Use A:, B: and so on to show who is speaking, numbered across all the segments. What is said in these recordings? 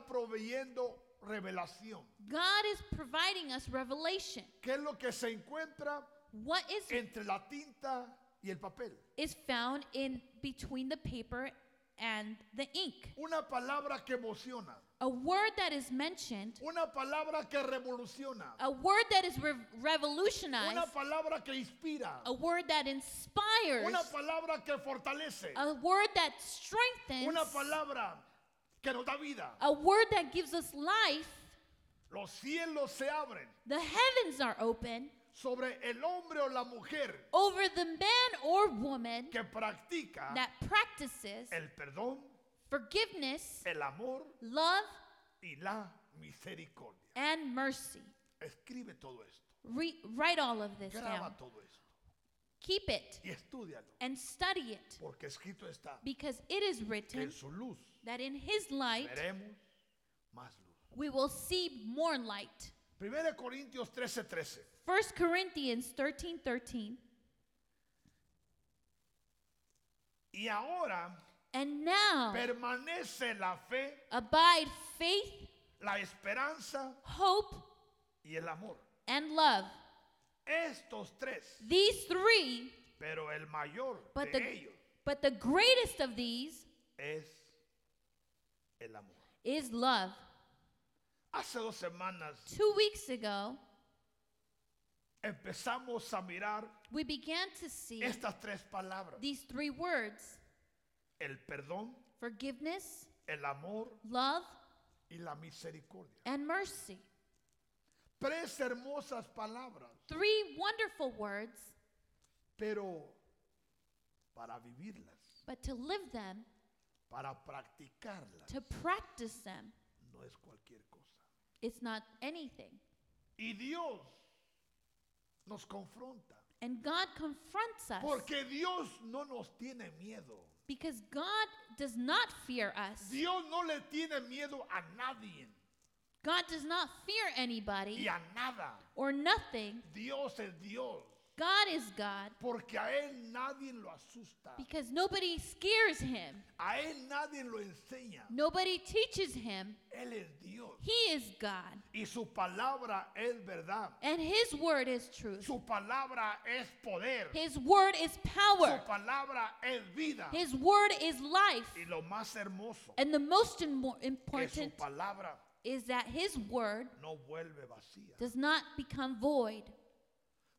A: proveyendo revelación.
B: God is providing us revelation.
A: ¿Qué es lo que se encuentra
B: What is
A: entre la tinta y el papel?
B: is found in between the paper and the ink?
A: Una palabra que emociona,
B: A word that is mentioned,
A: una palabra que revoluciona,
B: a word that is re-
A: una
B: revolutionized,
A: palabra que inspira,
B: a word that inspires,
A: una palabra que fortalece,
B: a word that strengthens,
A: una palabra que nos da vida.
B: a word that gives us life.
A: Los cielos se abren
B: The heavens are open
A: sobre el hombre o la mujer
B: over the man or woman
A: que practica
B: that practices
A: el perdón,
B: forgiveness,
A: el amor
B: love,
A: y la misericordia.
B: and mercy.
A: Escribe todo esto,
B: Re- write all of this down.
A: graba todo esto
B: Keep it
A: y estúdialo,
B: and study it
A: porque escrito está
B: because it is
A: que en
B: written
A: su luz
B: that in his light
A: veremos más luz.
B: we will see more light.
A: 1 Corintios 13:13. 13.
B: 1 Corinthians 13 13.
A: Y ahora
B: And now
A: permanece la fe,
B: abide faith,
A: la esperanza
B: hope,
A: y el amor.
B: and love.
A: Estos tres,
B: These three,
A: pero el mayor
B: but
A: de
B: the,
A: ellos
B: but the greatest of these
A: es el amor.
B: is love.
A: Hace dos semanas
B: Two weeks ago,
A: empezamos a mirar
B: we began to see
A: estas tres palabras.
B: these three words
A: El perdón,
B: forgiveness,
A: el amor
B: love,
A: y la misericordia.
B: and mercy.
A: Tres hermosas palabras,
B: Three wonderful words,
A: pero para vivirlas,
B: but to live them,
A: para practicarlas,
B: to practice them,
A: no es cualquier cosa.
B: it's not anything.
A: Y Dios nos confronta.
B: And God confronts us
A: Porque Dios no nos tiene miedo.
B: because God does not fear us.
A: Dios no le tiene miedo a nadie
B: God does not fear anybody
A: y a nada.
B: or nothing.
A: Dios es Dios.
B: God is God
A: Porque a Él nadie lo asusta.
B: because nobody scares him,
A: A Él nadie lo enseña.
B: nobody teaches him.
A: Él es Dios.
B: He is God,
A: Y su palabra es verdad.
B: and his word is truth.
A: Su palabra es poder.
B: His word is power.
A: Su palabra es vida.
B: His word is life.
A: Y lo más hermoso
B: And the most im-
A: que su
B: important
A: palabra
B: is that his word
A: no vuelve vacía.
B: does not become void.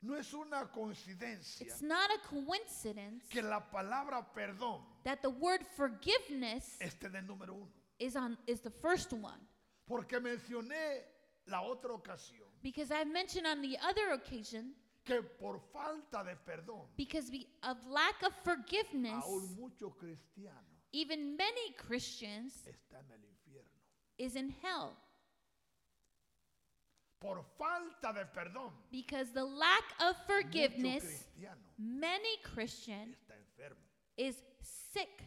A: No es una coincidencia
B: It's not a coincidence
A: que la palabra perdón
B: that the word forgiveness
A: esté de número uno.
B: is on is the first one
A: Porque mencioné la otra ocasión
B: because I've mentioned on the other occasion
A: que por falta de perdón,
B: because we, of lack of forgiveness
A: aún muchos cristianos
B: even many Christians
A: están en el infierno.
B: is in hell
A: Por falta de perdón,
B: because the lack of
A: muchos
B: forgiveness
A: cristianos
B: many Christian
A: está enfermo.
B: is sick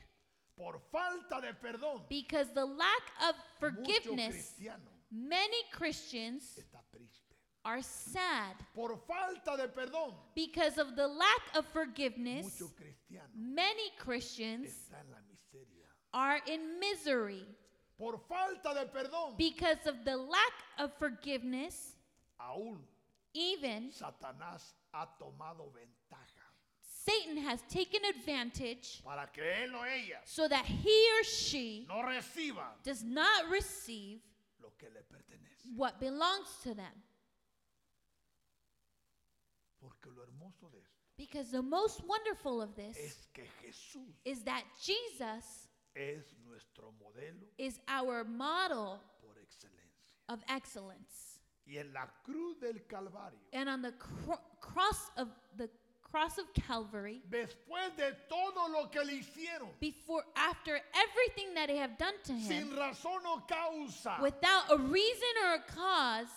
A: Por falta de perdón,
B: because the lack of
A: muchos
B: forgiveness
A: cristianos
B: many Christians
A: está triste.
B: are sad
A: Por falta de perdón,
B: because of the lack of forgiveness
A: muchos cristianos
B: many Christians
A: están en la miseria.
B: are in misery
A: Por falta de perdón,
B: because of the lack of forgiveness
A: aún
B: even
A: Satanás ha tomado ventaja
B: Satan has taken advantage
A: para que él o ella
B: so that he or she
A: no reciba
B: does not receive
A: lo que le pertenece.
B: what belongs to them
A: Porque lo hermoso de esto
B: because the most wonderful of this
A: es que Jesús
B: is that Jesus
A: es nuestro modelo
B: is our model
A: por excelencia.
B: of excellence
A: Y en la cruz del Calvario,
B: and on the cro- cross of the cross of Calvary
A: después de todo lo que le hicieron,
B: before after everything that they have done to him
A: sin razón o causa,
B: without a reason or a cause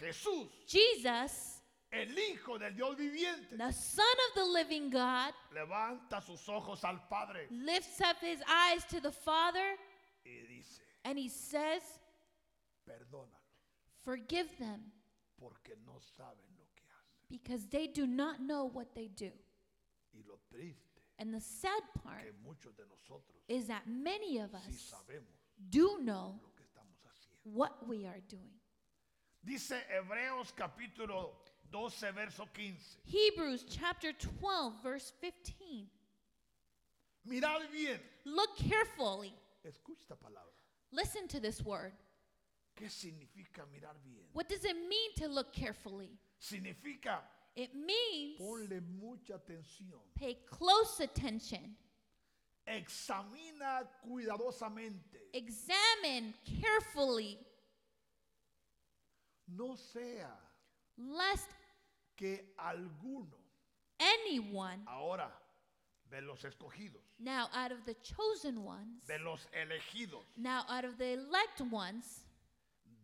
A: Jesús,
B: Jesus
A: el Hijo del Dios viviente,
B: the son of the living God
A: levanta sus ojos al Padre
B: lifts up his eyes to the Father
A: y dice,
B: and he says,
A: perdónalo,
B: Forgive them
A: porque no saben lo que hacen.
B: because they do not know what they do.
A: Y lo triste
B: And the sad
A: que
B: part
A: muchos de nosotros
B: is that many of
A: sí
B: us
A: sabemos
B: do know
A: lo que estamos haciendo.
B: what we are doing.
A: Dice Hebreos capítulo 12, verso 15.
B: Hebrews chapter 12, verse 15.
A: Mirad bien.
B: Look carefully.
A: Escucha esta palabra.
B: Listen to this word.
A: ¿Qué significa mirar bien?
B: What does it mean to look carefully?
A: Significa
B: It means
A: ponle mucha atención.
B: pay close attention,
A: Examina cuidadosamente.
B: examine carefully,
A: No sea
B: lest
A: que alguno,
B: anyone,
A: ahora, de los escogidos,
B: now out of the chosen ones,
A: de los elegidos,
B: now out of the elect ones,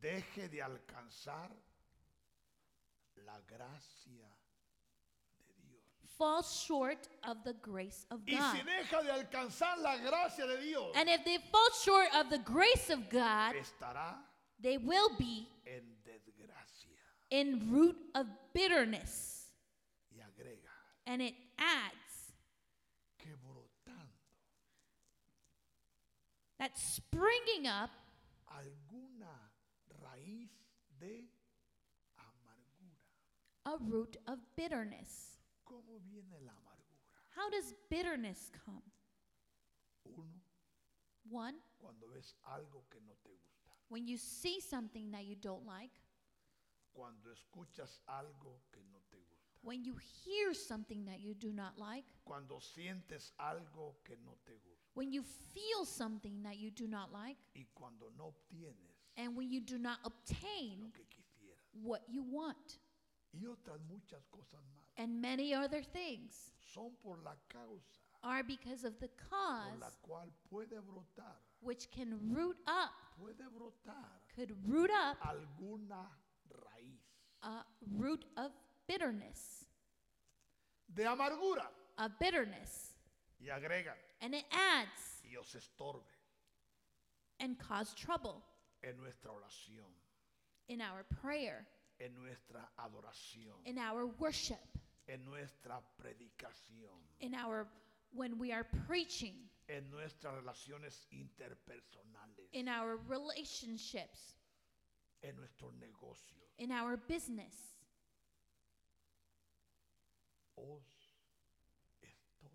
A: deje de alcanzar la gracia de Dios.
B: falls short of the grace of
A: Y
B: God.
A: si deja de alcanzar la gracia de Dios,
B: And if they fall short of the grace of God,
A: estará
B: they will be
A: en desgracia.
B: in root of bitterness.
A: Y agrega
B: And it adds
A: que brotando
B: that springing up
A: alguna raíz de amargura.
B: a root of bitterness.
A: ¿Cómo viene la amargura?
B: How does bitterness come?
A: Uno,
B: One,
A: cuando ves algo que no te gusta,
B: when you see something that you don't like,
A: cuando escuchas algo que no te gusta,
B: when you hear something that you do not like,
A: cuando sientes algo que no te gusta
B: when you feel something that you do not like,
A: y cuando no obtienes
B: and when you do not obtain
A: lo que quisieras.
B: what you want,
A: Y otras muchas cosas más.
B: and many other things.
A: Son por la causa
B: are because of the
A: por la
B: cause
A: cual puede brotar,
B: which can root up,
A: puede brotar
B: could root up
A: alguna raíz
B: a root of bitterness,
A: de amargura.
B: a bitterness.
A: Y agrega,
B: And it adds
A: y os estorbe
B: and cause trouble
A: en nuestra oración,
B: in our prayer,
A: en nuestra adoración,
B: in our worship,
A: en nuestra predicación,
B: in our when we are preaching,
A: en nuestras relaciones interpersonales,
B: in our relationships,
A: en nuestros negocios.
B: in our business.
A: Os estorbe.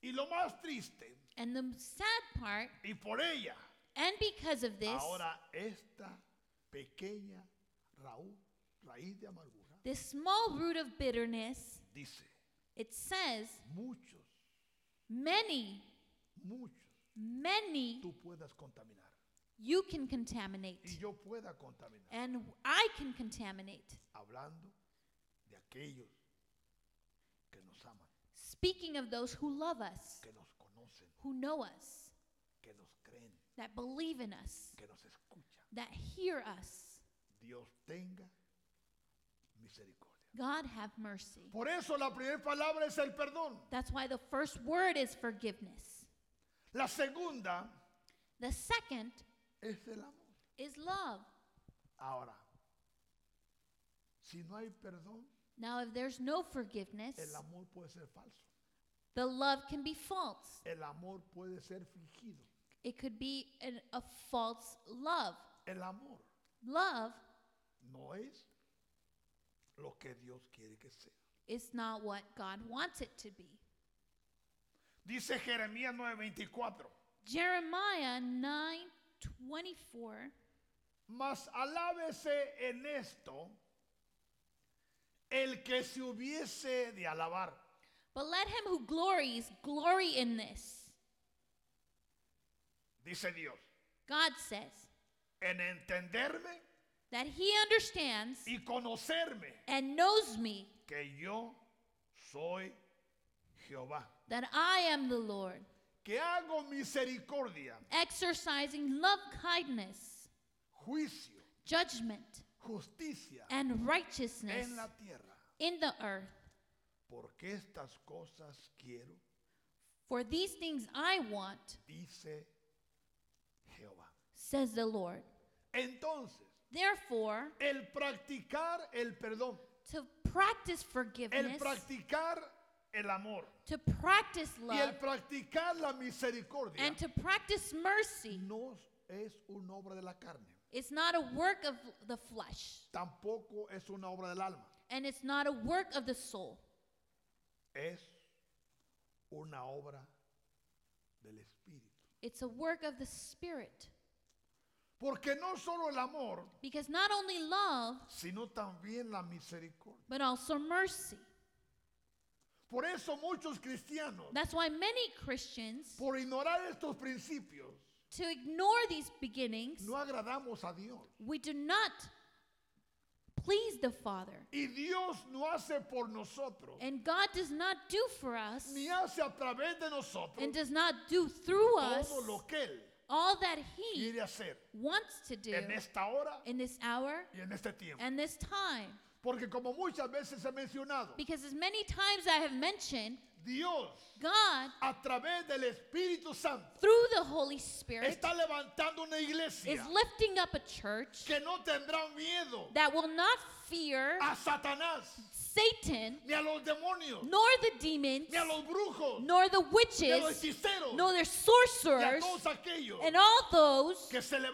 A: Y lo más triste,
B: And the sad part,
A: y por ella,
B: and because of this,
A: ahora esta pequeña raú- raíz de amargura
B: this small root of bitterness,
A: dice,
B: it says
A: muchos,
B: many,
A: muchos
B: many
A: tú puedas contaminar
B: you can contaminate
A: y yo pueda contaminar.
B: and I can contaminate.
A: hablando de aquellos que nos aman,
B: Speaking of those who love us,
A: que nos conocen,
B: who know us,
A: que nos creen,
B: that believe in us,
A: que nos escuchan.
B: that hear us,
A: Dios tenga misericordia.
B: God have mercy.
A: Por eso la primera palabra es el perdón.
B: That's why the first word is forgiveness.
A: La segunda
B: The second
A: es el amor.
B: is love.
A: Ahora, si no hay perdón,
B: Now, if there's no forgiveness,
A: el amor puede ser falso.
B: the love can be false.
A: El amor puede ser fingido.
B: It could be an, a false love.
A: El amor
B: Love
A: no es lo que Dios quiere que sea.
B: is not what God wants it to be.
A: Dice Jeremías 9:24.
B: Jeremiah 9 24.
A: Mas alábese en esto el que se hubiese de alabar,
B: But let him who glories glory in this.
A: dice Dios,
B: God says
A: en entenderme
B: that he understands
A: y conocerme
B: and knows me,
A: que yo soy Jehová,
B: that I am the Lord,
A: que hago misericordia,
B: exercising love kindness,
A: juicio,
B: judgment,
A: justicia
B: and righteousness
A: en la tierra,
B: in the earth.
A: porque estas cosas quiero,
B: For these things I want,
A: dice Jehová.
B: says the Lord.
A: Entonces,
B: Therefore,
A: el practicar el perdón,
B: to practice
A: el
B: forgiveness,
A: practicar el amor,
B: to practice
A: Y el
B: love,
A: practicar la misericordia
B: and to practice mercy
A: nos es una obra de la carne,
B: It's not a work of the flesh,
A: tampoco es una obra del alma,
B: and it's not a work of the soul.
A: es una obra del Espíritu.
B: It's a work of the Spirit.
A: Porque no solo el amor,
B: Because not only love,
A: sino también la misericordia.
B: but also mercy.
A: Por eso muchos cristianos,
B: That's why many Christians,
A: por ignorar estos principios,
B: to ignore these beginnings,
A: no agradamos a Dios.
B: we do not please the Father.
A: Y Dios no hace por nosotros,
B: And God does not do for us
A: ni hace a través de nosotros
B: and does not do through us
A: todo lo que Él
B: all that He
A: quiere hacer
B: wants to do
A: en esta hora
B: in this hour
A: y en este tiempo.
B: and this time.
A: Porque como muchas veces he mencionado,
B: Because as many times I have mentioned,
A: Dios
B: God,
A: a través del Espíritu Santo
B: through the Holy Spirit,
A: está levantando una
B: is
A: iglesia
B: lifting up a church
A: que Ah. no tendrá miedo
B: that will not fear
A: a Satanás,
B: Satan,
A: ni a los demonios,
B: nor the demons,
A: ni a los brujos,
B: nor the
A: ni a los
B: witches,
A: hechiceros,
B: nor their
A: ni a
B: sorcerers,
A: todos aquellos
B: and all those
A: que se
B: that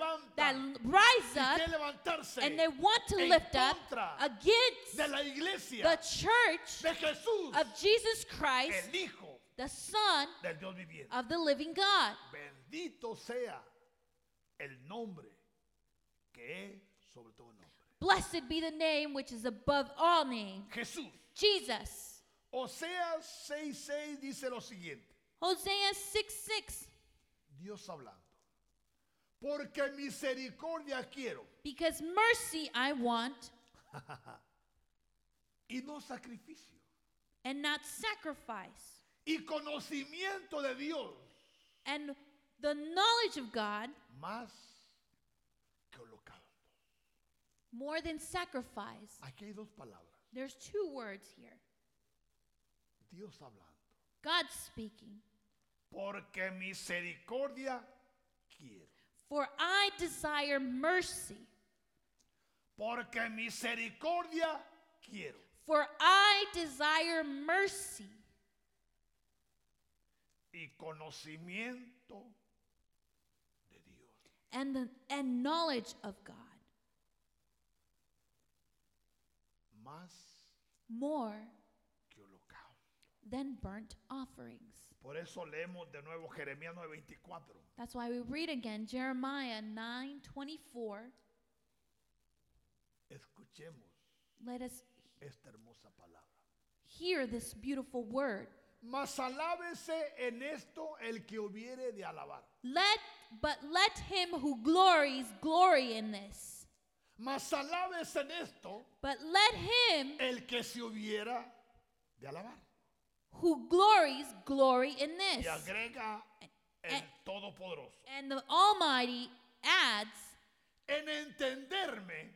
A: levantan
B: rise
A: y
B: up
A: que levantarse
B: and they want to
A: en
B: lift up
A: contra de
B: against
A: la
B: the
A: iglesia
B: church
A: de Jesús,
B: of Jesus Christ, Ah.
A: el Hijo
B: the Son
A: del Dios viviente.
B: of the living God.
A: Bendito sea el nombre que es sobre todo nombre.
B: Blessed be the name which is above all name,
A: Jesús.
B: Jesus.
A: Oseas 6:6 dice lo siguiente,
B: Hosea 6 6.
A: Dios hablando. Porque misericordia quiero
B: Because mercy I want
A: y no sacrificio.
B: and not sacrifice,
A: Y conocimiento de Dios
B: and the knowledge of God
A: más que holocausto.
B: more than sacrifice.
A: Aquí hay dos palabras.
B: There's two words here
A: Dios hablando.
B: God speaking.
A: Porque misericordia quiero.
B: For I desire mercy,
A: Porque misericordia quiero.
B: for I desire mercy
A: Y conocimiento de Dios.
B: and, the, and knowledge of God
A: Más
B: more
A: que holocausto.
B: than burnt offerings.
A: Por eso leemos de nuevo Jeremías 9:24.
B: That's why we read again Jeremiah 9 24.
A: Escuchemos
B: Let us
A: esta hermosa palabra.
B: hear this beautiful word.
A: Mas alábese en esto el que hubiere de alabar.
B: Let but let him who glories glory in this.
A: Mas alábese en esto
B: But let him
A: el que se hubiera de alabar.
B: who glories glory in
A: Y
B: this.
A: agrega el Todopoderoso.
B: And the Almighty adds
A: En entenderme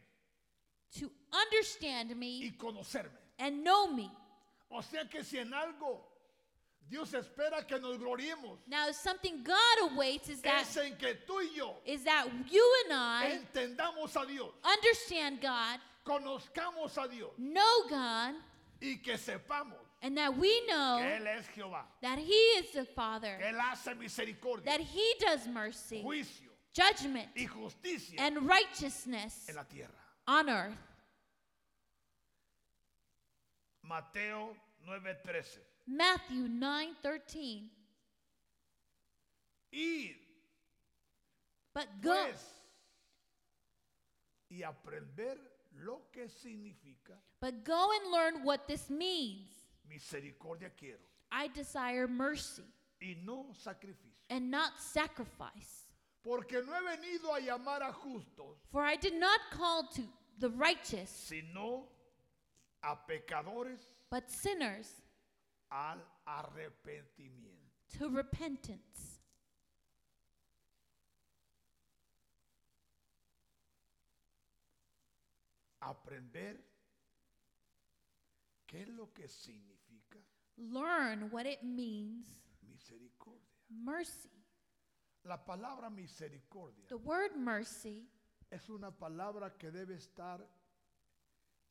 B: to understand me
A: y conocerme.
B: and know me.
A: O sea que si en algo Dios espera que nos gloriemos,
B: Now if something God awaits is that
A: es en que tú y yo
B: is that you and I
A: entendamos a Dios,
B: understand God,
A: conozcamos a Dios.
B: know God,
A: y que sepamos
B: and that we
A: que
B: know
A: Él es Jehová,
B: that He is the
A: que
B: Father,
A: Él hace misericordia,
B: that He does mercy,
A: juicio
B: judgment,
A: y justicia
B: and righteousness
A: en la tierra.
B: on earth.
A: Mateo 9:13.
B: Matthew 9:13.
A: Id
B: But go
A: pues y aprender lo que significa
B: but go and learn what this means.
A: misericordia quiero
B: I desire mercy
A: y no sacrificio.
B: and not sacrifice.
A: Porque no he venido a llamar a justos,
B: For I did not call to the righteous,
A: sino a pecadores
B: but sinners
A: al arrepentimiento.
B: to repentance.
A: aprender qué es lo que significa
B: Learn what it means,
A: misericordia.
B: mercy.
A: La palabra misericordia
B: The word mercy
A: es una palabra que debe estar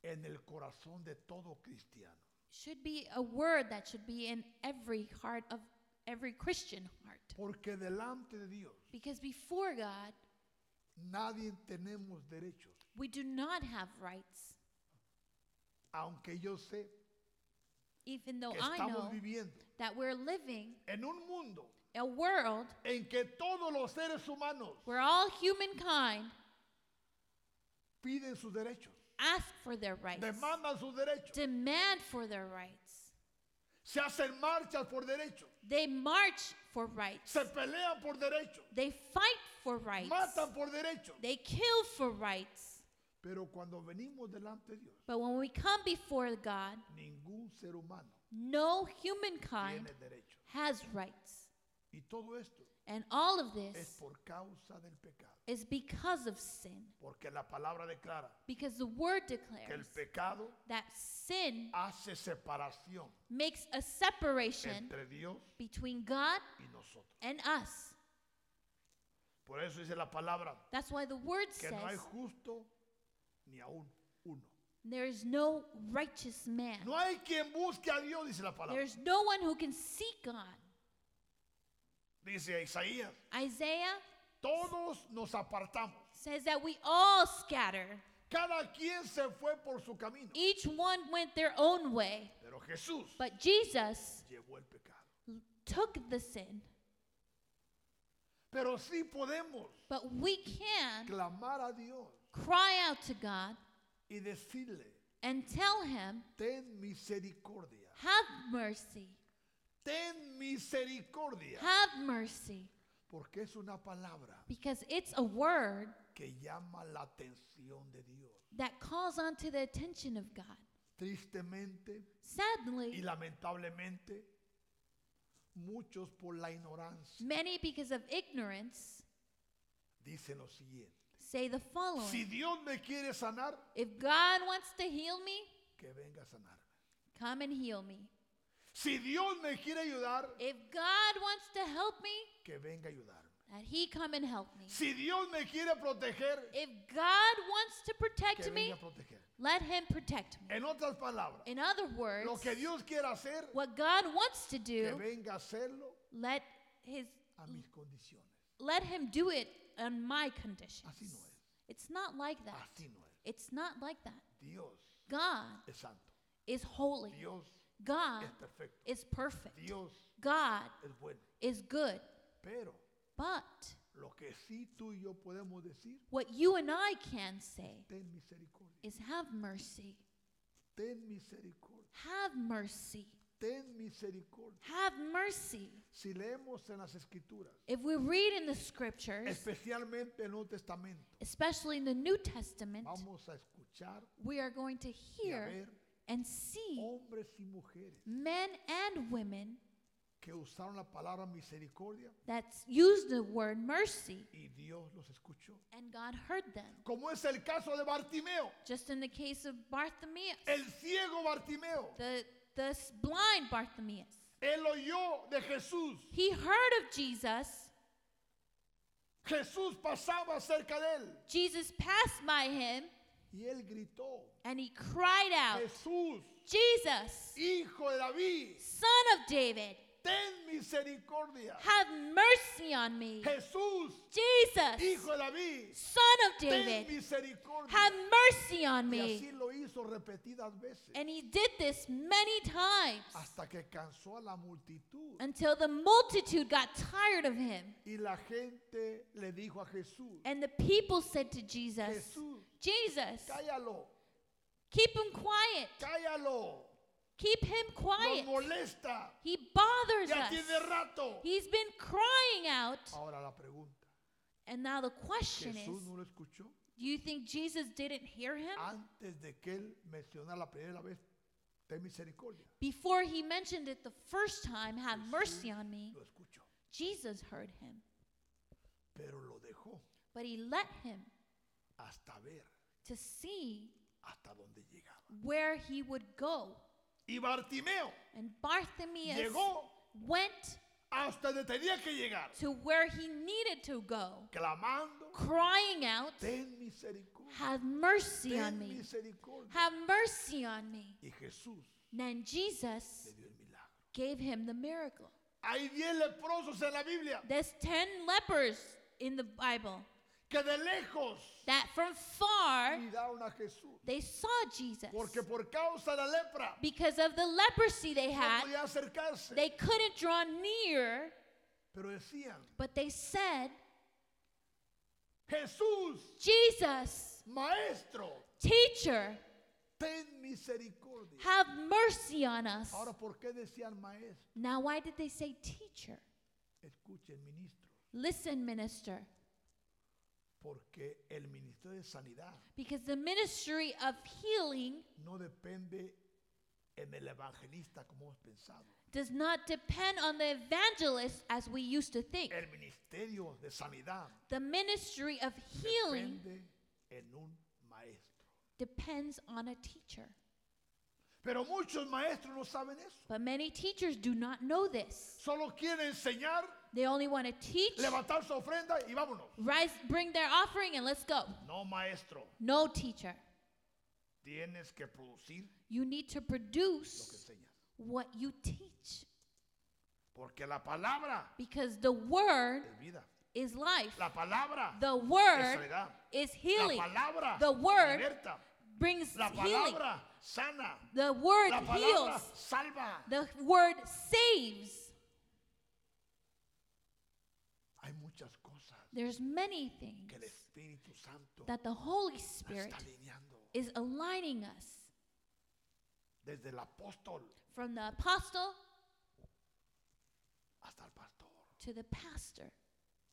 A: en el corazón de todo cristiano.
B: should be a word that should be in every heart of every Christian heart.
A: Porque delante de Dios
B: Because before God,
A: Nadie tenemos derechos,
B: We do not have rights,
A: aunque yo sé
B: even though
A: que
B: I
A: estamos
B: know
A: viviendo
B: that we're living
A: en un mundo
B: a world
A: en que todos los seres humanos
B: where all humankind
A: piden sus derechos,
B: ask for their rights,
A: demandan sus derechos,
B: demand for their rights.
A: se hacen marchas por derechos,
B: They march for rights,
A: se pelean por derechos,
B: they fight for rights,
A: matan por derechos.
B: they kill for rights.
A: Pero cuando venimos delante de Dios,
B: But when we come before God,
A: ningún ser humano
B: no humankind
A: tiene derechos.
B: has rights.
A: Y todo esto
B: And all of
A: es
B: this
A: por causa del pecado.
B: is because of sin.
A: Porque la palabra declara
B: Because the word
A: que el
B: declares
A: pecado
B: that sin
A: hace separación
B: makes a separation
A: entre Dios
B: between God
A: y nosotros.
B: and us.
A: Por eso dice la palabra
B: That's why the word
A: que
B: says
A: no hay justo ni aún uno.
B: there is no righteous man.
A: No hay quien busque a Dios, dice la palabra.
B: There's no one who can seek God.
A: Dice Isaías,
B: Isaiah
A: todos nos apartamos.
B: says that we all scatter.
A: Cada quien se fue por su camino.
B: Each one went their own way.
A: Pero Jesús
B: But Jesus
A: llevó el pecado.
B: took the sin.
A: Pero sí podemos
B: But we can
A: clamar a Dios
B: cry out to God
A: y decirle,
B: and tell him,
A: ten misericordia,
B: Have mercy.
A: ten misericordia.
B: Have mercy.
A: Porque es una palabra
B: Because it's a word
A: que llama la atención de Dios.
B: that calls onto the attention of God.
A: Tristemente y
B: Sadly,
A: lamentablemente, muchos por la ignorancia
B: many, because of ignorance,
A: dicen lo siguiente.
B: say the
A: Si
B: following
A: Dios me quiere sanar,
B: If God wants to heal me,
A: que venga a sanarme.
B: come and heal me.
A: Si Dios me quiere ayudar,
B: If God wants to help me,
A: que venga a ayudarme.
B: that He come and help me.
A: Si Dios me quiere proteger,
B: If God wants to
A: que
B: protect me,
A: venga a proteger.
B: let Him protect me.
A: En otras palabras,
B: In other
A: lo
B: words,
A: que Dios quiera hacer,
B: what God wants to
A: que
B: do,
A: venga a hacerlo
B: let His
A: a mis condiciones.
B: let Him do it on my conditions.
A: Así no es.
B: It's not like that.
A: Así no es.
B: It's not like that.
A: Dios
B: God
A: es santo.
B: is holy.
A: Dios
B: God
A: es perfecto.
B: is perfect.
A: Dios
B: God
A: es bueno.
B: is good.
A: Pero
B: But
A: lo que sí tú y yo podemos decir,
B: what you and I can say
A: ten misericordia.
B: is have mercy.
A: Ten misericordia.
B: Have mercy.
A: Ten misericordia.
B: Have mercy.
A: Si leemos en las escrituras,
B: If we read in the scriptures,
A: especialmente en el Nuevo Testamento,
B: especially in the New Testament,
A: vamos a escuchar
B: we are going to
A: y a
B: hear
A: ver Oh.
B: and see
A: hombres y mujeres
B: men and women
A: que usaron la palabra misericordia
B: that use the word mercy,
A: y Dios los escuchó.
B: and God heard them.
A: Como es el caso de Bartimeo,
B: Just in the case of Bartimaeus,
A: el ciego Bartimeo.
B: the, the s- blind Bartimaeus.
A: Él oyó de Jesús.
B: He heard of Jesus.
A: Jesús pasaba cerca de él
B: Jesus passed by him
A: y él gritó,
B: and he cried out,
A: Jesús,
B: Jesus,
A: hijo de David,
B: son of David,
A: ten misericordia.
B: have mercy on me.
A: Jesús,
B: Jesus,
A: hijo de David,
B: son of
A: ten
B: David,
A: misericordia.
B: have mercy on
A: Y
B: me.
A: así lo hizo repetidas veces
B: And he did this many times
A: hasta que cansó a la multitud.
B: until the multitude got tired of him.
A: Y la gente le dijo a Jesús,
B: And the people said to Jesus,
A: Jesús,
B: Jesus,
A: cállalo,
B: keep him quiet.
A: cállalo,
B: Keep him
A: nos
B: quiet.
A: molesta,
B: He bothers
A: ya
B: us.
A: tiene rato.
B: He's been crying out.
A: Ahora la pregunta,
B: And now the question is
A: ¿Jesús no Ah. lo escuchó?
B: do you think Jesus didn't hear him?
A: antes de que él mencionara la primera vez, ten misericordia,
B: Before he mentioned it the first time, have mercy on me,
A: lo escuchó,
B: Jesus heard him.
A: pero lo dejó
B: But he let him
A: hasta ver
B: to see
A: hasta dónde llegaba.
B: where he would go.
A: Y Bartimeo
B: And Bartimaeus
A: llegó
B: went
A: hasta donde tenía que llegar,
B: to where he needed to go,
A: clamando,
B: crying out,
A: ten misericordia,
B: Have mercy on
A: ten
B: me.
A: misericordia.
B: Have mercy on me.
A: Y Jesús
B: Then Jesus
A: le dio el milagro.
B: gave him the miracle.
A: Hay diez leprosos en la Biblia
B: There's 10 lepers in the Bible
A: que que de lejos
B: that from far
A: miraron a Jesús.
B: they saw Jesus.
A: Porque por causa de la lepra
B: Because of the leprosy they
A: no
B: had,
A: podía acercarse.
B: they couldn't draw near,
A: Pero decían,
B: but they said,
A: Jesús,
B: Jesus,
A: maestro,
B: teacher,
A: ten misericordia.
B: have mercy on us.
A: Ahora, ¿por qué decían maestro?
B: Now, why did they say teacher?
A: Escuchen, ministro.
B: Listen, minister,
A: Porque el ministerio de sanidad
B: because the ministry of healing
A: no depende en el evangelista como hemos pensado.
B: does not depend on the evangelist as we used to think.
A: El ministerio de sanidad
B: The ministry of healing
A: depende en un maestro.
B: depends on a teacher.
A: Pero muchos maestros no saben eso.
B: But many teachers do not know this.
A: Solo quieren enseñar,
B: They only want to teach,
A: levantar su ofrenda y vámonos.
B: rise, bring their offering, and let's go.
A: No, maestro,
B: No, teacher.
A: tienes que producir
B: You need to
A: lo que
B: produce
A: enseñas.
B: what you teach
A: Porque la palabra
B: because the word
A: es vida.
B: is life.
A: La palabra
B: The
A: es
B: word
A: sanidad.
B: is healing.
A: La palabra
B: The word
A: liberta.
B: Brings
A: La
B: healing.
A: palabra sana.
B: The word
A: La palabra
B: heals.
A: salva.
B: The word saves.
A: Hay muchas cosas
B: There's many things
A: que el Espíritu Santo
B: that the Holy
A: las
B: Spirit
A: está alineando.
B: is aligning us
A: Desde el apóstol
B: from the apostle
A: hasta el pastor.
B: to the pastor.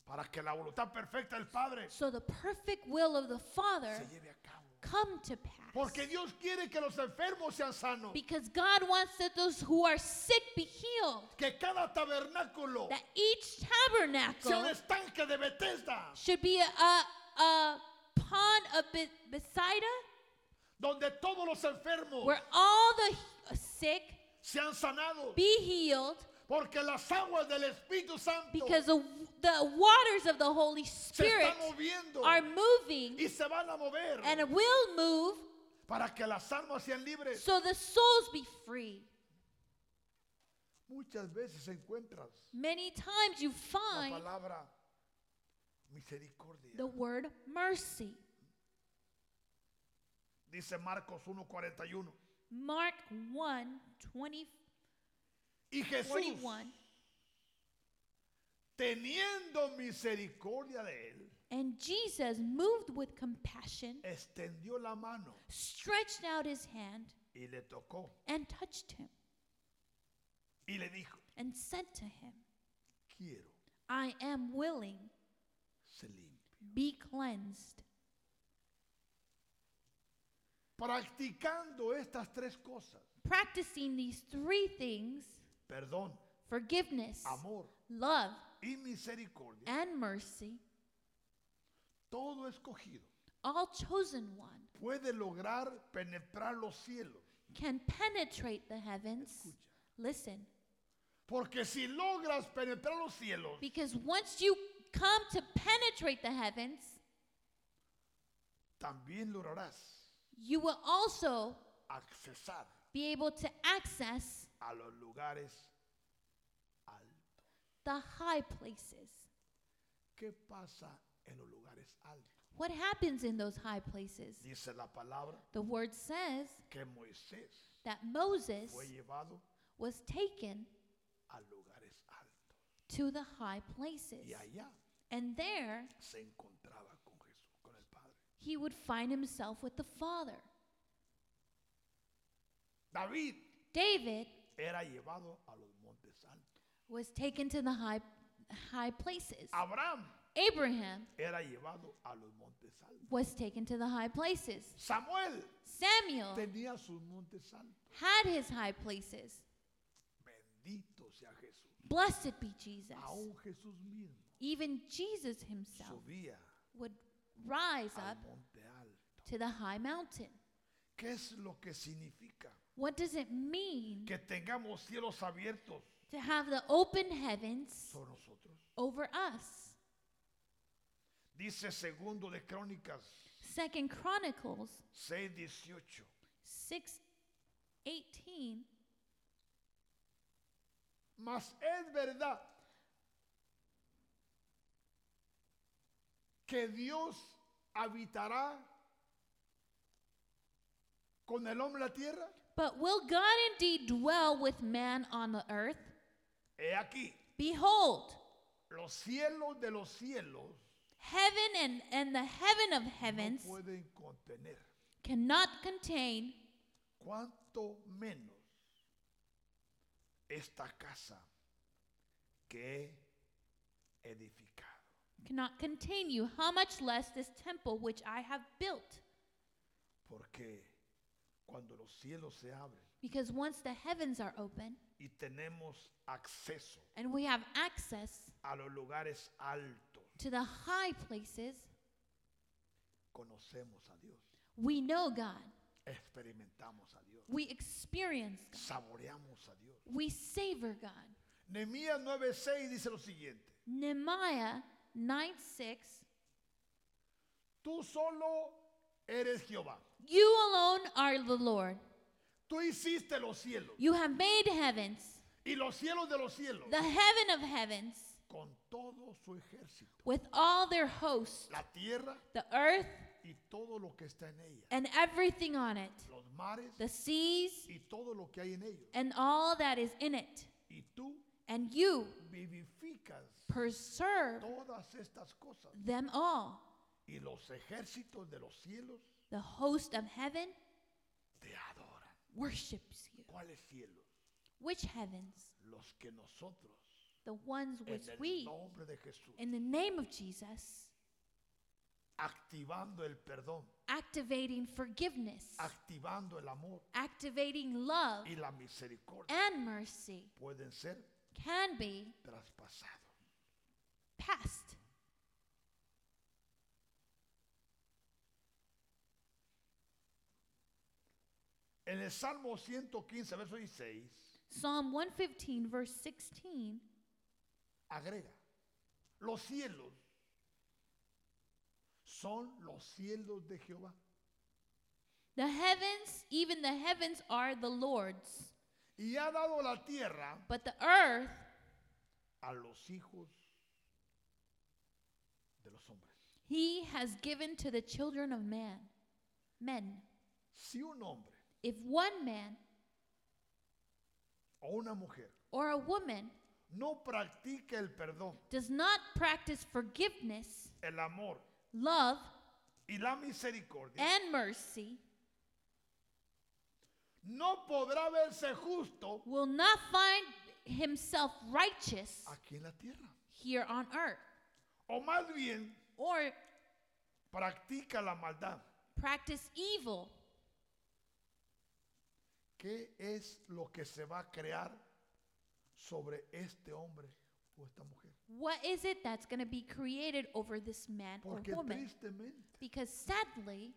A: Para que la voluntad perfecta del Padre
B: So the perfect will of the Father
A: se lleve a cabo.
B: come to pass.
A: Porque Dios quiere que los enfermos sean sanos.
B: Because God wants that those who are sick be healed.
A: Que cada tabernáculo
B: That each
A: sea un
B: tabernacle
A: estanque de Bethesda.
B: should be a, a, a pond of Be- Bethsaida
A: Donde todos los enfermos
B: where all the he- sick
A: sean sanados.
B: be healed
A: Porque las aguas del Espíritu Santo
B: because the, the waters of the Holy
A: se
B: Spirit
A: están moviendo
B: are moving
A: y se van a mover
B: and will move
A: para que las almas sean libres.
B: so the souls be free.
A: Muchas veces encuentras
B: Many times you
A: la
B: find
A: palabra misericordia.
B: the word mercy.
A: Dice Marcos 1:41.
B: Mark 1 20,
A: Y Jesús,
B: 41.
A: teniendo misericordia de él,
B: And Jesus, moved with compassion,
A: extendió la mano
B: stretched out his hand
A: y le tocó
B: and touched him
A: y le dijo,
B: and said to him,
A: quiero
B: I am willing,
A: ser limpio.
B: be cleansed.
A: Practicando estas tres cosas,
B: Practicing these three things
A: perdón,
B: forgiveness,
A: amor
B: love,
A: y misericordia,
B: and mercy,
A: todo escogido
B: all chosen one,
A: puede lograr penetrar los cielos.
B: can penetrate the heavens.
A: Escucha.
B: Listen,
A: Porque si logras penetrar los cielos,
B: because once you come to penetrate the heavens,
A: también lograrás
B: you will also
A: accesar
B: be able to access
A: a los lugares altos.
B: the high places.
A: ¿Qué pasa en los lugares altos?
B: What happens in those high places?
A: Dice la palabra
B: The word says
A: que Moisés
B: that Moses
A: fue llevado
B: was taken
A: a lugares altos
B: to the high places.
A: y allá
B: And there
A: se encontraba con Jesús, con el Padre.
B: he would find himself with the Father.
A: David
B: David
A: era llevado a los montes altos.
B: was taken to the high high places.
A: Abraham
B: Abraham
A: era llevado a los montes altos.
B: was taken to the high places.
A: Samuel
B: Samuel
A: tenía sus montes altos.
B: had his high places.
A: Bendito sea Jesús.
B: Blessed be Jesus.
A: Aún Jesús mismo
B: Even Jesus himself
A: subía
B: would rise
A: al
B: up
A: monte alto.
B: to the high mountain.
A: ¿Qué es lo que significa?
B: What does it mean
A: Que tengamos cielos abiertos
B: to have the open heavens
A: sobre nosotros.
B: over us?
A: Dice segundo de Crónicas
B: Second Chronicles
A: 6, 18.
B: 6 18.
A: Mas es verdad que Dios habitará con el hombre en la tierra?
B: But will God indeed dwell with man on the earth?
A: He aquí,
B: Behold,
A: los cielos de los cielos
B: heaven and, and the heaven of
A: no
B: heavens
A: pueden contener,
B: cannot contain,
A: cuanto menos esta casa que he edificado.
B: cannot contain you, how much less this temple which I have built.
A: Porque cuando los cielos se abren
B: Because once the heavens are open
A: y tenemos acceso
B: and we have access
A: a los lugares altos,
B: to the high places,
A: conocemos a Dios,
B: we know God.
A: experimentamos a Dios,
B: We experience God.
A: saboreamos a Dios.
B: We savor God.
A: Nehemías 9:6 dice lo siguiente:
B: Nehemiah 9 6.
A: Tú solo eres Jehová.
B: You alone are the Lord.
A: Tú hiciste los cielos
B: You have made heavens,
A: y los cielos de los cielos
B: the heaven of heavens,
A: con todo su ejército,
B: with all their hosts,
A: la tierra
B: the earth
A: y todo lo que está en ella,
B: and everything on it,
A: los mares
B: the seas
A: y todo lo que hay en ellos.
B: and all that is in it.
A: Y tú
B: And you
A: vivificas
B: preserve
A: todas estas cosas
B: them all.
A: y los ejércitos de los cielos
B: The host of heaven
A: te adoran.
B: worships you.
A: ¿Cuáles cielos?
B: Which heavens?
A: Los que nosotros,
B: The ones which
A: en el
B: Pues we,
A: nombre de Jesús,
B: in the name of Jesus,
A: activando el perdón,
B: activating forgiveness,
A: activando el amor
B: activating love
A: y la misericordia,
B: and mercy
A: pueden ser
B: can be
A: traspasados.
B: passed.
A: En el Salmo 115, verso 16,
B: Psalm 115, verse 16
A: agrega, los cielos son los cielos de Jehová
B: The heavens, even the heavens, are the Lord's,
A: y ha dado la tierra
B: but the earth
A: a los hijos de los hombres.
B: he has given to the children of man. Men.
A: Si un hombre
B: If one man
A: o una mujer
B: or a woman
A: no practica el perdón,
B: does not practice forgiveness,
A: el amor
B: love,
A: y la misericordia,
B: and mercy,
A: no podrá verse justo
B: will not find himself righteous
A: aquí en la tierra.
B: here on earth,
A: O más bien,
B: or
A: practica la maldad.
B: practice evil.
A: ¿Qué es lo que se va a crear sobre este hombre o esta mujer?
B: What is it that's going to be created over this man or
A: Porque
B: woman?
A: tristemente
B: Because sadly,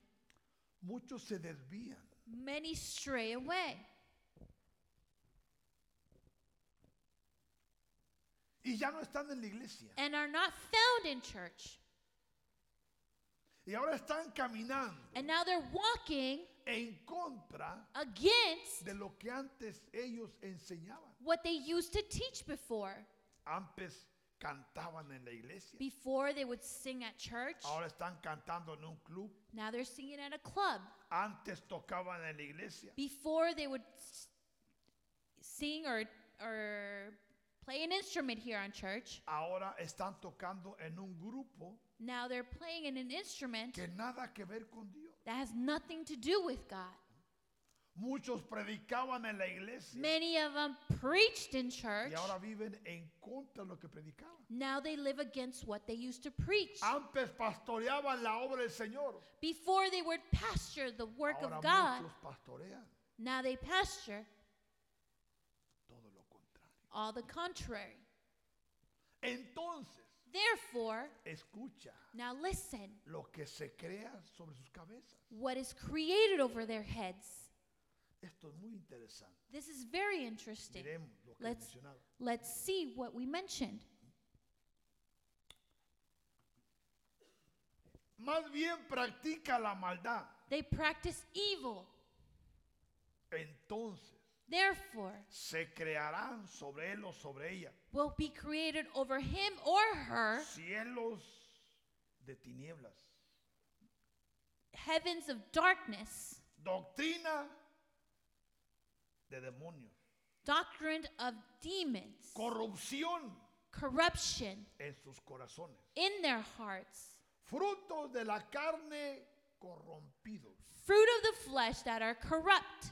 A: muchos se desvían.
B: many stray away.
A: Y ya no están en la iglesia.
B: and are not found in church.
A: Y ahora están caminando
B: And now they're walking
A: en contra
B: against
A: de lo que antes ellos enseñaban.
B: what they used to teach before.
A: Antes cantaban en la iglesia.
B: Before they would sing at church,
A: Ahora están cantando en un club.
B: now they're singing at a club.
A: Antes tocaban en la iglesia.
B: Before they would s- sing or, or play an instrument here on church,
A: Ahora están tocando en un grupo
B: now they're playing in an instrument
A: que nada que ver con Dios.
B: that has nothing to do with God.
A: Muchos predicaban en la iglesia
B: Many of them preached in church.
A: y ahora viven en contra de lo que predicaban.
B: Now they live against what they used to preach.
A: Antes pastoreaban la obra del Señor.
B: Before they would pasture the work
A: Ahora
B: of God,
A: muchos pastorean
B: Now they pasture
A: todo lo contrario.
B: all the contrary.
A: Entonces,
B: Therefore,
A: escucha
B: now listen
A: lo que se crea sobre sus cabezas.
B: what is created over their heads.
A: Esto es muy interesante.
B: This is very interesting.
A: Miremos lo que he
B: Let's-
A: mencionado.
B: Let's see what we mentioned.
A: Más bien practica la maldad.
B: They practice evil.
A: Entonces,
B: Therefore,
A: se crearán sobre él o sobre ella
B: will be created over him or her
A: cielos de tinieblas.
B: heavens of darkness,
A: Doctrina de demonios.
B: doctrine of demons,
A: Corrupción
B: corruption
A: en sus corazones.
B: in their hearts,
A: Frutos de la carne corrompidos.
B: fruit of the flesh that are corrupt,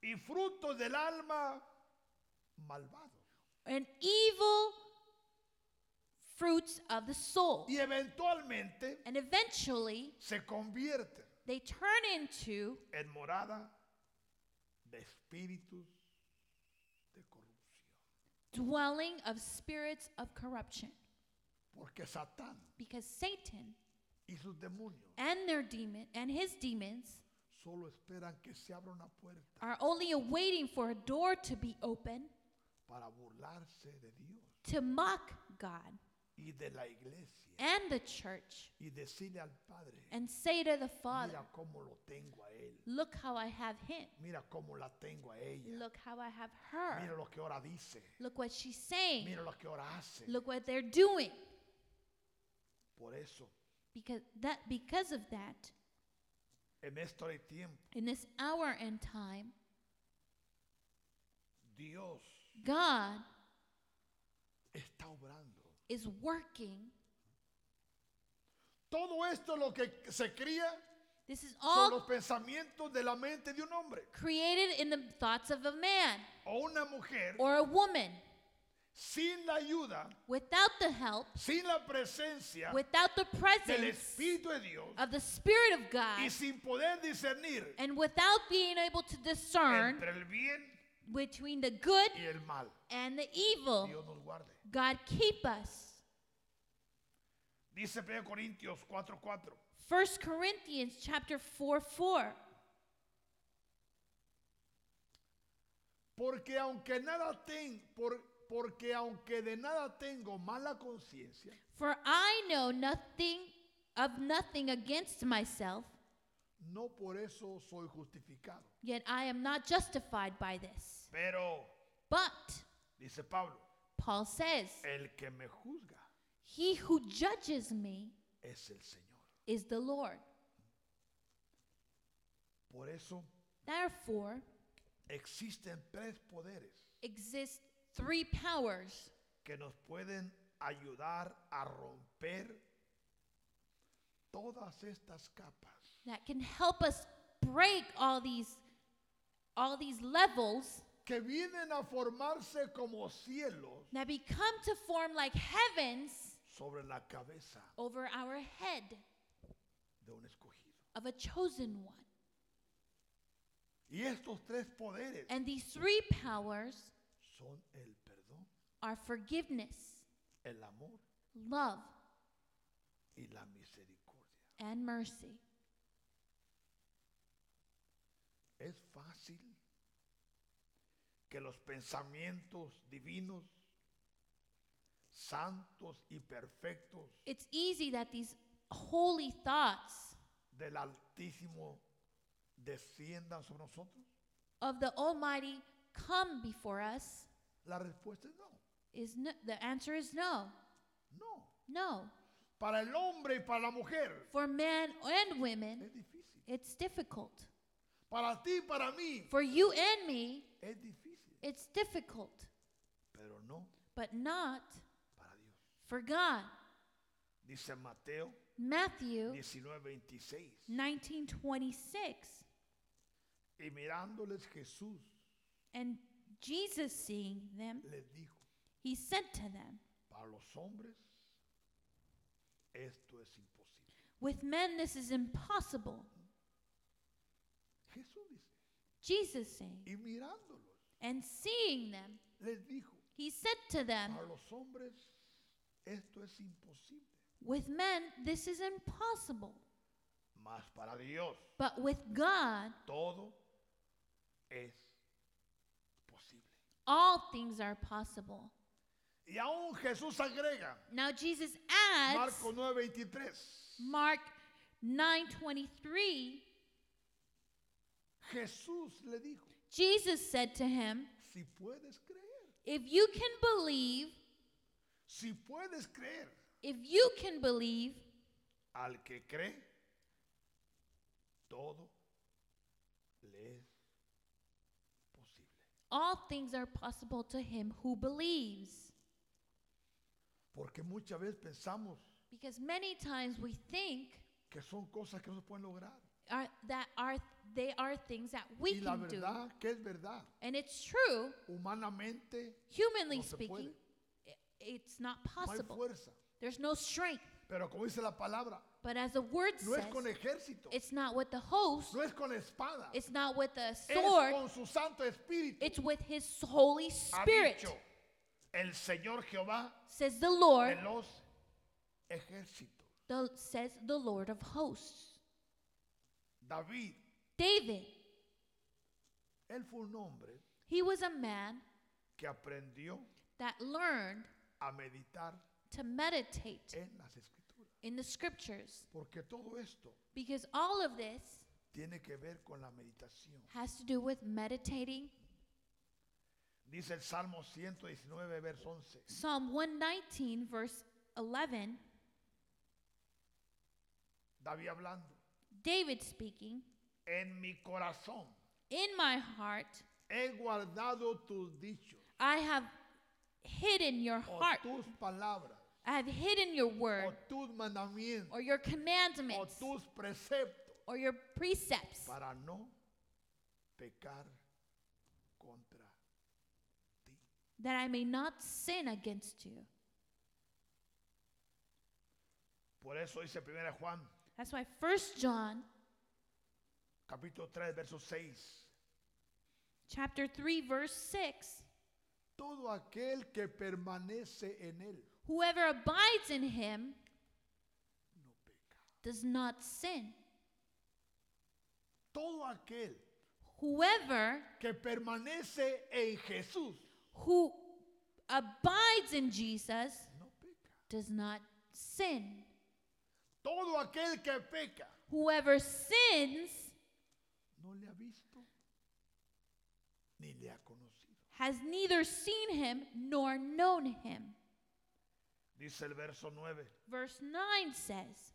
A: Y frutos del alma malvados.
B: and evil fruits of the soul.
A: Y eventualmente
B: And eventually,
A: se convierte
B: they turn into
A: en morada de espíritus de corrupción.
B: dwelling of spirits of corruption.
A: Porque Satán
B: Because Satan
A: y sus demonios
B: and their demon and his demons
A: solo esperan que se abra una puerta
B: are only awaiting for a door to be open
A: para burlarse de Dios
B: to mock God
A: y de la iglesia
B: and the church
A: y decirle al Padre,
B: and say to the Father,
A: mira cómo lo tengo a él,
B: Look how I have him.
A: mira cómo la tengo a ella,
B: Look how I have
A: mira
B: her.
A: lo que ahora dice,
B: Look what she's saying.
A: mira lo que ahora hace.
B: Look what they're doing.
A: Por eso,
B: Because that because of that,
A: en esto hay tiempo,
B: in this hour and time,
A: Dios
B: God
A: está obrando.
B: is working.
A: Todo esto lo que se cría
B: This is
A: son
B: all
A: los pensamientos de la mente de un hombre
B: created in the thoughts of a man
A: o una mujer
B: or a woman
A: sin la ayuda,
B: without the help,
A: sin la presencia
B: without the
A: del
B: presence Ah.
A: Espíritu de Dios
B: of the Spirit of
A: y
B: God,
A: sin poder discernir
B: and without being able to discern
A: entre el bien
B: between the good
A: y el mal.
B: and the evil.
A: Dios nos guarde.
B: God keep us.
A: Dice 1 Corintios 4:4.
B: 1 Corinthians chapter 4 4.
A: Porque aunque nada ten, por- porque aunque de nada tengo mala conciencia,
B: For I know nothing of nothing against myself,
A: no por eso soy justificado.
B: yet I am not justified by this.
A: Pero
B: But,
A: dice Pablo,
B: Paul says,
A: el que me juzga
B: He who judges me
A: es el Señor.
B: is the Lord.
A: Por eso
B: Therefore,
A: existen tres poderes
B: exist three powers
A: que nos pueden ayudar a romper todas estas capas
B: that can help us break all these all these levels
A: que vienen a formarse como cielos
B: that become to form like heavens
A: sobre la cabeza
B: over our head
A: de un escogido.
B: of a chosen one.
A: Y estos tres poderes
B: And these three powers
A: son el perdón,
B: are forgiveness,
A: el amor
B: love,
A: y la misericordia.
B: and mercy.
A: Es fácil que los pensamientos divinos, santos y perfectos
B: It's easy that these holy thoughts
A: del Altísimo desciendan sobre nosotros.
B: of the Almighty come before us.
A: La respuesta es no,
B: Is no, the answer is no,
A: no.
B: no.
A: Para el hombre y para la mujer
B: For men and women,
A: es difícil.
B: it's difficult.
A: Para ti y para mí
B: For you and me,
A: es difícil,
B: it's difficult,
A: pero no
B: but not
A: para Dios.
B: for God.
A: Dice Mateo
B: Matthew
A: 19, 26.
B: 19:26.
A: Y mirándoles Jesús
B: And Jesus seeing them,
A: les dijo,
B: he said to them,
A: para los hombres esto es imposible.
B: With men this is impossible.
A: Jesús dice,
B: Jesus saying,
A: y mirándolos
B: and seeing them,
A: les dijo,
B: he said to them,
A: para los hombres esto es imposible,
B: With men this is impossible,
A: mas para Dios
B: but with God
A: todo es posible.
B: all things are possible.
A: Y aún Jesús agrega,
B: Now Jesus adds
A: Marcos 9, 23,
B: Mark 9:23,
A: Jesús le dijo,
B: Jesus said to him,
A: si puedes creer,
B: If you can believe,
A: si puedes creer,
B: if you can believe,
A: Al que cree, todo le es posible.
B: All things are possible to him who believes.
A: Porque muchas veces pensamos
B: Because many times we think
A: que son cosas que no se pueden lograr.
B: are, that are they are things that we
A: y la
B: can do,
A: verdad que es verdad.
B: and it's true.
A: Humanamente
B: Humanly
A: No se
B: speaking, i- it's not
A: no hay
B: possible.
A: fuerza.
B: There's no strength.
A: Pero como dice la palabra,
B: But as the word
A: no
B: says,
A: es con ejército,
B: it's not with the host.
A: no es con espada,
B: It's not with a
A: es
B: sword.
A: con su Santo Espíritu.
B: It's with His Holy
A: Ha
B: Spirit,
A: dicho el Señor Jehová
B: says the Lord.
A: de los ejércitos.
B: The, says the Lord of hosts.
A: David,
B: David,
A: él fue un hombre
B: he was a man
A: que aprendió
B: that learned
A: a meditar
B: to meditate
A: en las escrituras.
B: in the scriptures
A: Porque todo esto
B: because all of this
A: tiene que ver con la meditación.
B: has to do with meditating.
A: Dice el Salmo 119, verso 11.
B: Psalm 119, verse 11,
A: David hablando.
B: David speaking,
A: En mi corazón
B: In my heart
A: he guardado tus dichos
B: I have hidden your
A: o
B: heart,
A: tus palabras
B: I have hidden your
A: o
B: word
A: tus mandamientos
B: or your
A: o
B: commandments
A: tus preceptos
B: or your precepts
A: para no pecar contra ti.
B: that I may not sin against you.
A: Por eso dice 1 Juan
B: That's why First John
A: capítulo 3 verso 6.
B: chapter 3 verse 6
A: Todo aquel que permanece en él
B: whoever abides in him
A: no peca.
B: does not sin
A: Todo aquel
B: whoever
A: que permanece en Jesús
B: who abides in Jesus
A: no peca.
B: does not sin
A: Todo aquel que peca
B: whoever sins
A: no le ha visto ni le ha conocido.
B: has neither seen him nor known him
A: Dice el verso 9,
B: verse 9 says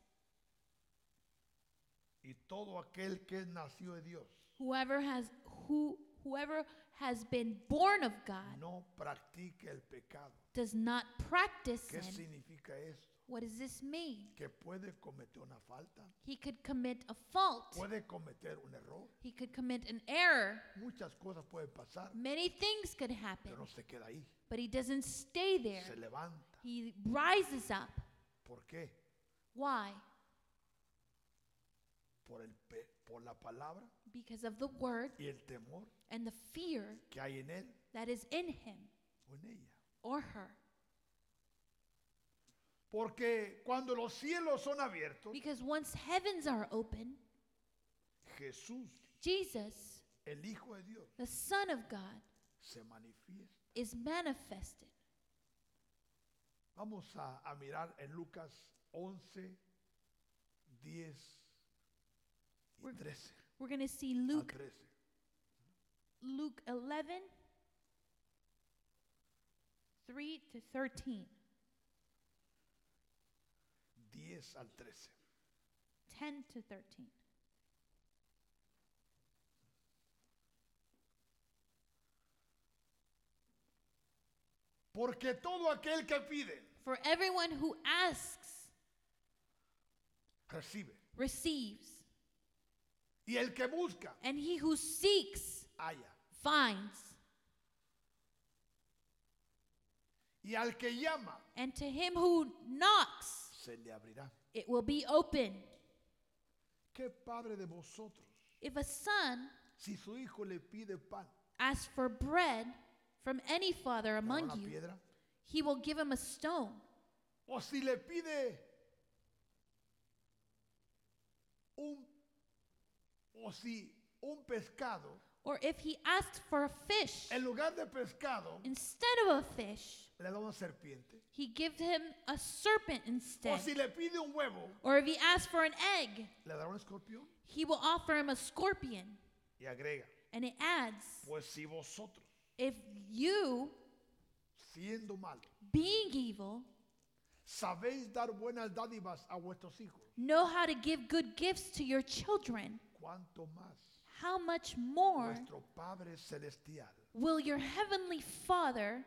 A: y todo aquel que es nacido de Dios
B: whoever has who whoever has been born of God
A: no practica el pecado.
B: does not practice
A: ¿Qué
B: sin
A: significa esto?
B: what does this mean
A: Que puede cometer una falta,
B: he could commit a fault
A: puede cometer un error,
B: He could commit an error.
A: muchas cosas pueden pasar,
B: Many things could happen,
A: pero no se queda ahí,
B: but he doesn't stay
A: se
B: there.
A: levanta.
B: He rises up.
A: ¿Por qué?
B: Why?
A: Por, el pe- por la palabra
B: Because of the word
A: y el temor
B: and the fear
A: que hay en él
B: that is in him
A: o en ella.
B: or her.
A: Porque cuando los cielos son abiertos,
B: Because once heavens are open,
A: Jesús,
B: Jesus,
A: el Hijo de Dios,
B: the Son of God,
A: se manifiesta.
B: is manifested.
A: Vamos a, a mirar en Lucas 11, 10 y
B: We're-
A: 13.
B: We're going to see
A: al
B: Luke
A: 13.
B: Luke 11 3 to 13,
A: 10 al 13.
B: 10 to 13.
A: Porque todo aquel que pide,
B: For everyone who asks
A: recibe.
B: receives.
A: Y el que busca,
B: And he who seeks
A: halla.
B: finds,
A: Y al que llama,
B: and to him who knocks
A: se le abrirá.
B: it will be open.
A: ¿Qué padre de vosotros?
B: If a son
A: Si su hijo le pide pan,
B: asks for bread from any father
A: ¿le da una
B: among you,
A: piedra?
B: he will give him a stone.
A: O si le pide un o si un pescado,
B: Or if he asks for a fish,
A: en lugar de pescado,
B: instead of a fish,
A: le da una serpiente.
B: he gives him a serpent
A: O
B: instead.
A: si le pide un huevo,
B: Or if he asks for an egg,
A: le da un escorpión.
B: he will offer him a scorpion.
A: Y agrega,
B: And it adds,
A: pues si vosotros,
B: if you,
A: siendo malos,
B: being evil,
A: Sabéis dar buenas dádivas a vuestros hijos.
B: Know how to give good gifts to your children.
A: Cuanto más
B: How much more
A: vuestro Padre Celestial
B: will your heavenly Father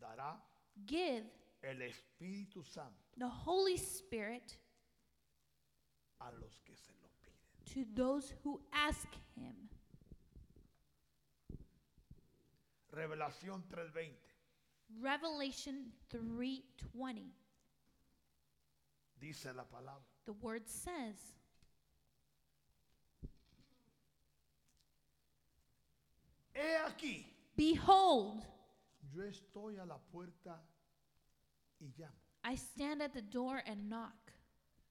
A: dará
B: give
A: el Espíritu Santo
B: the Holy Spirit
A: a los que se lo piden.
B: to those who ask Him?
A: Revelación 3:20
B: Revelation 3:20.
A: dice la palabra.
B: The word says,
A: He aquí,
B: "Behold,
A: yo estoy a la puerta y llamo.
B: I stand at the door and knock.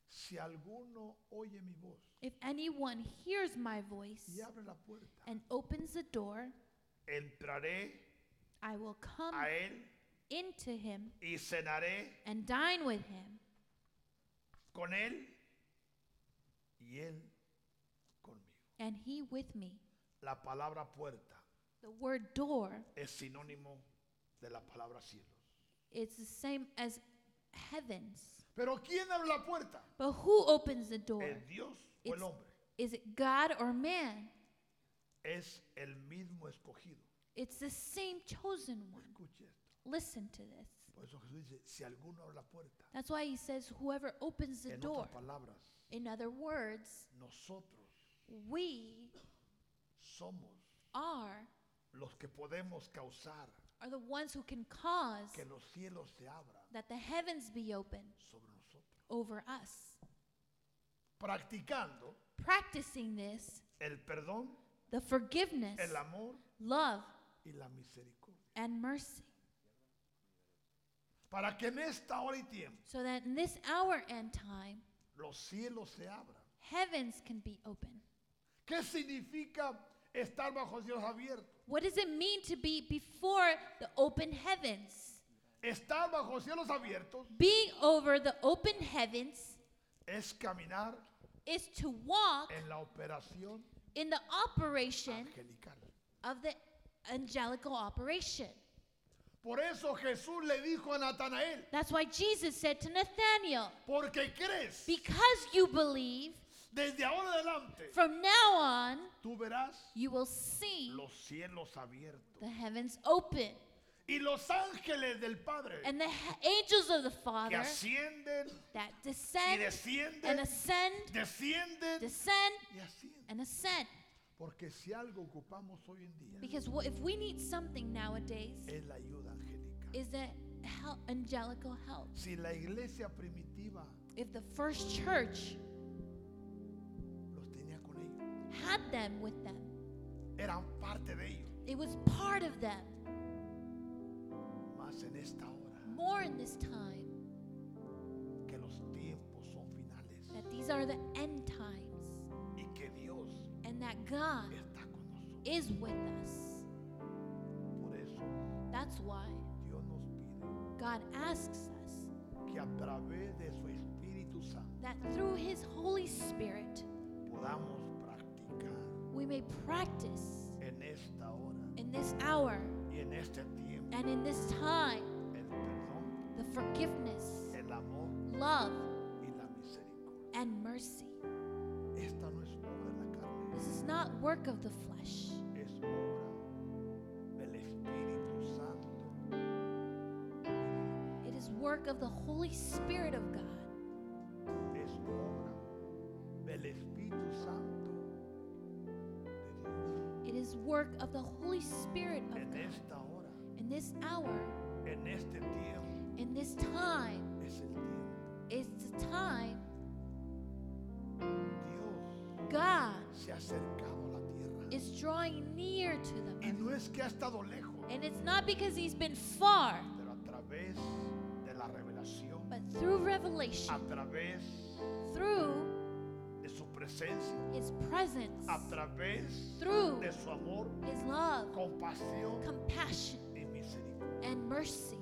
A: Si alguno oye mi voz
B: If anyone hears my
A: y
B: voice
A: abre la puerta,
B: and opens the door,
A: entraré
B: I will come
A: a él
B: into him
A: y cenaré
B: and dine with him,
A: con él y él conmigo.
B: and he with me."
A: La palabra puerta
B: The word door
A: es sinónimo de la palabra cielos.
B: is the same as heavens.
A: Pero ¿quién abre la puerta?
B: But who opens the door?
A: ¿El Dios o el
B: It's-
A: hombre?
B: Is it God or man?
A: Es el mismo escogido.
B: It's the same chosen one.
A: Escuche esto.
B: Listen to this.
A: Por eso Jesús dice, si alguno abre la puerta,
B: That's why he says, whoever opens the
A: en
B: door.
A: otras palabras,
B: In other words,
A: nosotros
B: we
A: somos
B: are
A: los que podemos causar
B: are the ones who can cause
A: que los cielos se abran
B: that the heavens be open
A: sobre nosotros.
B: over us.
A: Practicando
B: Practicing this,
A: el perdón,
B: the forgiveness,
A: el amor
B: love,
A: y la misericordia.
B: and mercy.
A: Para que en esta hora y tiempo
B: So that in this hour and time,
A: los cielos se abran.
B: heavens can be open.
A: ¿Qué significa estar bajo cielos abiertos?
B: What does it mean to be before the open heavens?
A: Estar bajo cielos abiertos
B: Being over the open heavens
A: es caminar
B: is to walk
A: en la operación
B: in the operation
A: angelical.
B: of the angelical operation.
A: Por eso Jesús le dijo a Natanael,
B: That's why Jesus said to Nathanael,
A: porque crees,
B: Because you believe,
A: desde ahora adelante
B: from now on,
A: tú verás
B: you will see
A: los cielos abiertos
B: the heavens open
A: y los ángeles del Padre
B: and the he- angels of the
A: que
B: Father
A: ascienden
B: that
A: y
B: descend and
A: descienden,
B: ascend,
A: descienden
B: descend
A: y ascienden.
B: and ascend.
A: Porque si algo ocupamos hoy en día
B: Because wha- if we need something nowadays,
A: es la ayuda angelical.
B: is that hel- angelical help.
A: Si la iglesia primitiva
B: If the first church
A: los tenía con ellos,
B: had them with them,
A: eran parte de ellos,
B: it was part of them.
A: más en esta hora
B: More in this time,
A: que los tiempos son finales
B: that these are the end times,
A: y que Dios
B: and that God
A: está con nosotros.
B: is with us.
A: Por eso
B: That's why
A: Dios nos pide
B: God asks us
A: que a través de su Espíritu Santo
B: that through His Holy Spirit
A: podamos practicar
B: we may practice
A: en esta hora
B: in this hour
A: y en este tiempo
B: and in this time
A: el perdón,
B: the forgiveness,
A: el amor
B: love,
A: y la misericordia.
B: and mercy.
A: Esta no es obra de la carne,
B: This is not work of the flesh,
A: es obra del Espíritu Santo.
B: it is work of the Holy Spirit of God.
A: Es obra del Espíritu Santo de Dios.
B: It is work of the Holy Spirit of
A: En
B: God.
A: esta hora,
B: In this hour,
A: en este tiempo,
B: in this time,
A: es el tiempo.
B: is the time
A: Dios
B: God
A: se ha acercado a la tierra.
B: is drawing near to them.
A: Y no es que ha estado lejos,
B: And it's not because he's been far,
A: pero a través de la revelación,
B: but through revelation,
A: a través
B: through
A: de su presencia,
B: his presence,
A: a través
B: through
A: de su amor,
B: his love,
A: compasión
B: compassion,
A: y misericordia.
B: and mercy.